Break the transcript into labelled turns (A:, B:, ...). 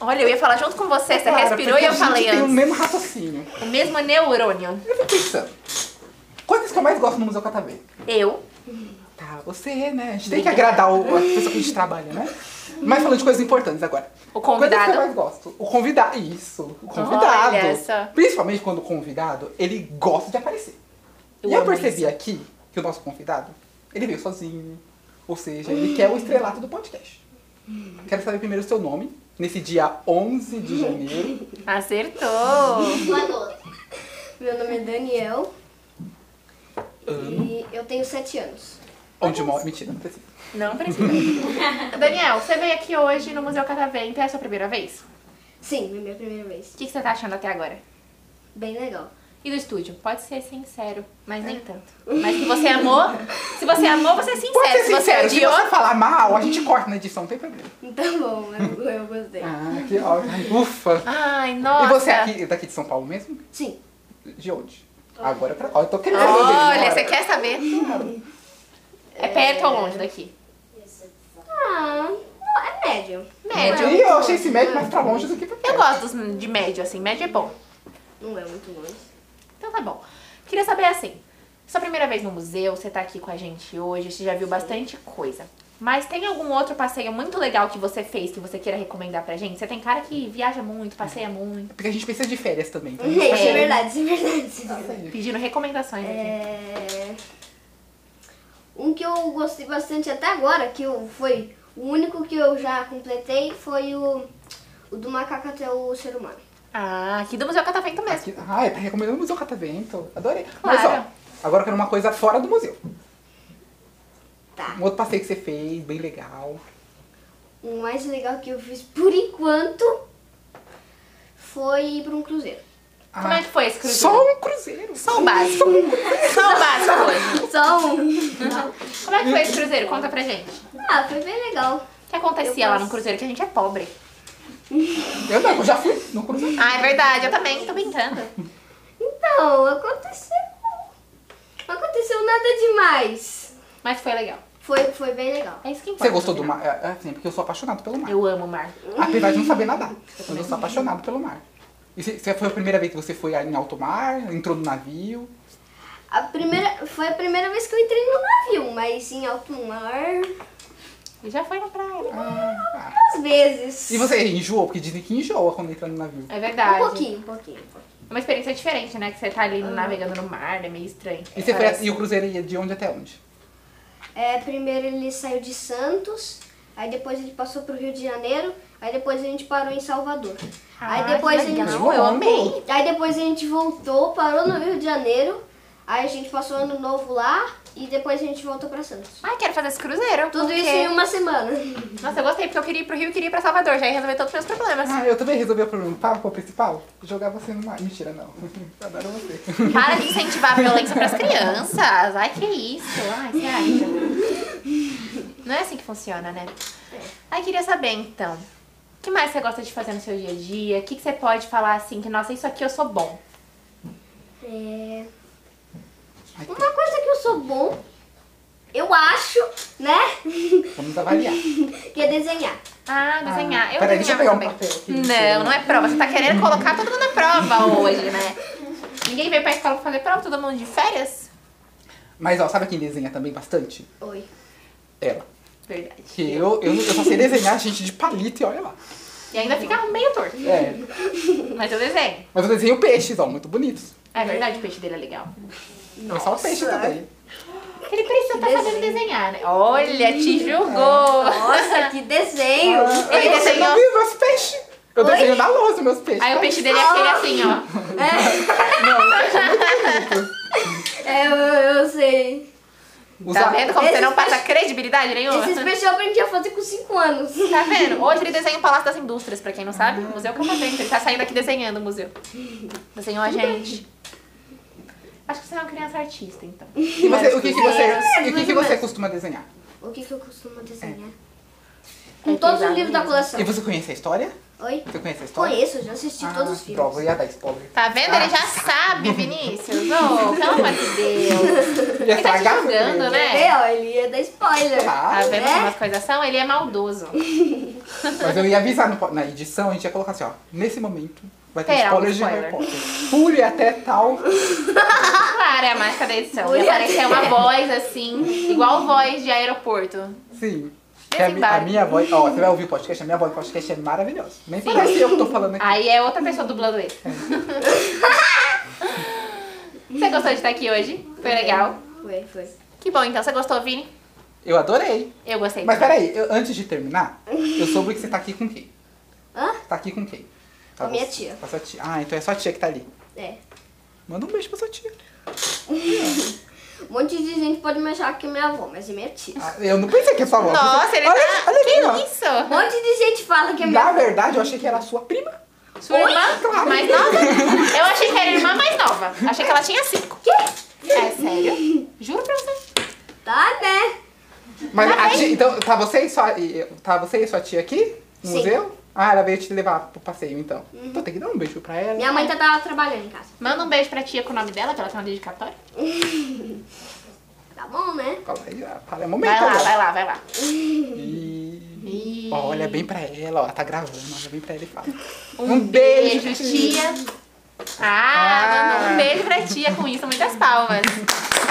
A: Olha, eu ia falar junto com você, você respirou e eu falei
B: Tem um o
A: antes.
B: mesmo raciocínio.
A: O mesmo neurônio.
B: Eu fico pensando. Coisas que eu mais gosto no Museu Catavento.
A: Eu.
B: Tá, você, né? A gente tem que agradar o, a pessoa que a gente trabalha, né? Mas falando de coisas importantes agora.
A: O
B: Coisas que eu
A: convidado.
B: mais gosto. O convidado. Isso, o convidado.
A: Olha só.
B: Principalmente quando o convidado, ele gosta de aparecer.
A: Eu
B: e eu
A: amo
B: percebi
A: isso.
B: aqui que o nosso convidado, ele veio sozinho. Ou seja, ele quer o estrelato do podcast. Quero saber primeiro o seu nome. Nesse dia 11 de janeiro.
A: Acertou.
C: Boa noite. Meu nome é Daniel. E eu tenho 7 anos.
B: onde mora. Mentira, não precisa.
A: Não precisa. Daniel, você veio aqui hoje no Museu Catavento, é a sua primeira vez?
C: Sim, é minha primeira vez.
A: O que que você tá achando até agora?
C: Bem legal.
A: E do estúdio? Pode ser sincero, mas nem tanto. Mas se você amou, se você amou, você é sincero.
B: Pode ser
A: se
B: sincero, se
A: você odiou,
B: você falar mal, a gente corta na edição, não tem problema.
C: Tá bom, eu, eu gostei.
B: Ah, que ótimo. Ufa.
A: Ai, nossa.
B: E você é aqui, daqui de São Paulo mesmo?
C: Sim.
B: De onde? Agora pra. Ó, eu tô querendo saber onde ele
A: Olha,
B: mora.
A: você quer saber? É perto ou longe daqui?
C: Ah, não, é médio.
A: Médio.
B: E eu achei esse médio mais pra longe do que pra
A: Eu
B: perto.
A: gosto dos- de médio, assim. Médio é bom.
C: Não é muito longe.
A: Então tá bom. Queria saber assim, sua primeira vez no museu, você tá aqui com a gente hoje, você já viu bastante coisa. Mas tem algum outro passeio muito legal que você fez que você queira recomendar pra gente? Você tem cara que viaja muito, passeia muito,
B: Porque a gente precisa de férias também. Então.
C: Isso é verdade, isso é verdade. isso é verdade.
A: pedindo recomendações aqui.
C: É... Um que eu gostei bastante até agora, que eu, foi o único que eu já completei, foi o, o do macaco até o ser humano.
A: Ah, aqui do Museu Catavento mesmo.
B: Aqui- Ah, é pra recomendar o Museu Catavento. Adorei.
A: Claro.
B: Mas ó, agora eu quero uma coisa fora do museu.
C: Tá.
B: Um outro passeio que você fez, bem legal.
C: O mais legal que eu fiz por enquanto foi ir pra um cruzeiro.
B: Ah,
A: Como é que foi esse cruzeiro?
B: Só um cruzeiro.
A: Só o básico. Só o básico hoje.
C: Só
A: Então,
C: um.
A: Como é que foi esse cruzeiro? Conta pra gente. O
C: Ah, foi bem legal.
A: que acontecia lá no cruzeiro? Que a gente é pobre.
B: Eu não, eu já fui no cruzeiro.
A: Ah, é verdade, eu também, tô brincando.
C: Então, aconteceu. Aconteceu nada demais.
A: Mas foi legal.
C: Foi, foi bem legal.
A: É isso que importa.
B: Você gostou
A: no
B: do
A: final.
B: mar? É, Assim, porque eu sou apaixonado pelo mar.
A: Eu amo o mar.
B: Apesar de não saber nadar. Mas eu sou apaixonado pelo mar. E você- você foi a primeira vez que você foi em alto mar, entrou no navio.
C: A primeira, foi a primeira vez que eu entrei no navio, mas em alto mar,
A: E já foi na praia.
B: Ah,
C: às vezes.
B: E você enjoou? Porque dizem que enjoa quando entra no navio.
A: É
C: Um
A: verdade.
C: pouquinho, um pouquinho. um pouquinho.
A: É uma experiência diferente, né? Que você tá ali navegando no mar, é meio estranho.
B: E, você foi,
A: Parece.
B: e o cruzeiro ia de onde até onde?
C: É, primeiro ele saiu de Santos, aí depois ele passou pro Rio de Janeiro, aí depois a gente parou em Salvador.
A: Ah,
C: aí depois
A: que
C: a gente
A: legal, eu amei.
C: Aí depois a gente voltou, parou no Rio de Janeiro, aí a gente passou ano novo lá e depois a gente voltou pra Santos.
A: Ai, quero fazer esse cruzeiro.
C: Tudo
A: porque-
C: isso em um- uma semana.
A: Nossa, eu gostei, porque eu queria ir pro Rio e queria ir pra Salvador. Já ia resolver todos os meus problemas.
B: Ah, eu também resolvi o problema. Papo principal? Jogar você no mar. Mentira, não. Adoro você.
A: Para de incentivar a violência pras crianças. Ai, que isso. Ai, você acha? Não é assim que funciona, né?
C: É.
A: Ai, queria saber, então. O que mais você gosta de fazer no seu dia a dia? O que, que você pode falar assim, que, nossa, isso aqui eu sou bom?
C: É, Uma coisa que eu sou bom, eu acho, né?
B: Vamos avaliar.
C: que é desenhar.
A: Ah, desenhar. eu desenhava
B: peraí, deixa eu pegar um
A: também.
B: papel aqui, deixa eu-
A: Não, não é prova. Você tá querendo colocar todo mundo na prova hoje, né? Ninguém veio pra escola pra fazer prova, todo mundo de férias?
B: Mas ó, sabe quem desenha também bastante?
C: Oi.
B: Ela.
A: Verdade.
B: Que eu, eu, eu só sei desenhar gente de palito e olha lá.
A: E ainda fica meio torto.
B: É.
A: Mas eu desenho.
B: Mas eu desenho peixes, ó, muito bonitos.
A: É verdade, o peixe dele é legal.
B: Não é só o peixe
C: Nossa.
B: também.
A: Ele precisa estar sabendo desenhar, né? Olha, te julgou.
C: Nossa, que desenho!
A: Ele
B: Ai, você não
A: desenhou.
B: viu meus peixes? Eu desenho na lousa meus peixes.
A: Aí o peixe dele é aquele assim, ó.
C: É, eu, eu sei.
A: Tá
B: Usa-
A: vendo como você não
C: Esses
A: passa credibilidade nenhuma?
C: Esses peixes eu aprendi a fazer com 5 anos.
A: Tá vendo? Hoje ele desenha o Palácio das Indústrias, pra quem não sabe. O Museu Catavento. Ele tá saindo aqui desenhando o museu. Desenhou a gente. Acho que você é uma criança artista, então.
B: E você- o que, que você,
C: É,
B: e o que, que
C: mais ou
B: você
C: menos.
B: costuma desenhar?
C: O que, que eu costumo desenhar?
A: É
C: Com todos os
A: pesado
C: livros da
A: mesmo.
C: coleção.
B: E você conhece a história?
C: Oi?
B: Você conhece a história?
C: Conheço, já assisti
B: Ah,
C: todos os filmes.
B: Droga, eu ia dar spoiler.
A: Tá vendo? Ele já sabe, Vinícius. Ô, pelo amor de Deus.
B: Ia
A: Ele tá te
B: estragar a
A: julgando,
B: surpresa.
A: né?
C: É, ó, ele ia dar spoiler.
B: Tá,
A: Tá vendo
C: né?
A: como as coisas são? Ele é maldoso.
B: Mas eu ia avisar no po- na edição, a gente ia colocar assim, ó. Nesse momento, vai ter
A: Terá um
B: spoiler, de Harry Potter. Pule até tal.
A: Claro, é a mágica da edição. E aparecer uma voz assim, igual voz de aeroporto.
B: Sim. Que a, mi- a
A: Desembarque.
B: minha voz. Ó, você vai ouvir o podcast, a minha voz do podcast é maravilhosa. Nem
A: Sim.
B: parece eu que tô falando aqui.
A: Aí é outra pessoa dublando ele. Você gostou de estar aqui hoje? Foi legal.
C: Foi, foi.
A: Que bom, então. Você gostou, Vini?
B: Eu adorei.
A: Eu gostei.
B: Mas
A: também.
B: peraí, eu- antes de terminar, eu soube que você tá aqui com quem?
C: Hã?
B: Tá aqui com quem?
C: Com a minha tia.
B: Com a sua tia. Ah, então é sua tia que tá ali.
C: É.
B: Manda um beijo pra sua tia.
C: Um monte de gente pode me achar que é minha avó, mas é minha tia.
B: Ah, eu não pensei que é sua avó.
A: Nossa, ele
B: olha,
A: tá...
B: olha aqui, ó.
A: que
C: Um
A: isso?
C: monte de gente fala que é minha
B: Na
C: avó.
B: verdade, eu achei que era sua prima.
A: Sua irmã
B: Claro.
A: mais nova? Eu achei que era a irmã mais nova. Achei que ela tinha cinco. Quê? É sério? Juro pra você.
C: Tá, né?
B: Mas
A: Tá
B: a
A: bem.
B: tia, então, tá você, e sua, e- tá você e sua tia aqui? No
C: Sim.
B: museu? Ah, ela veio te levar pro passeio, então.
A: Uhum.
B: Então tem que dar um beijo pra ela.
C: Minha mãe tá tava trabalhando em casa.
A: Manda um beijo pra tia com o nome dela, pra ela ter uma dedicatória.
C: Tá bom, né?
B: Fala aí, ah, fala, é momento
A: Vai lá,
B: agora.
A: vai lá, vai lá.
B: E...
A: Ih,
B: Ó, Olha bem pra ela, ó. Tá gravando, olha bem pra ela e fala.
A: Um, beijo, tia. Ah,
B: Ah.
A: mandou um beijo pra tia com isso, muitas palmas.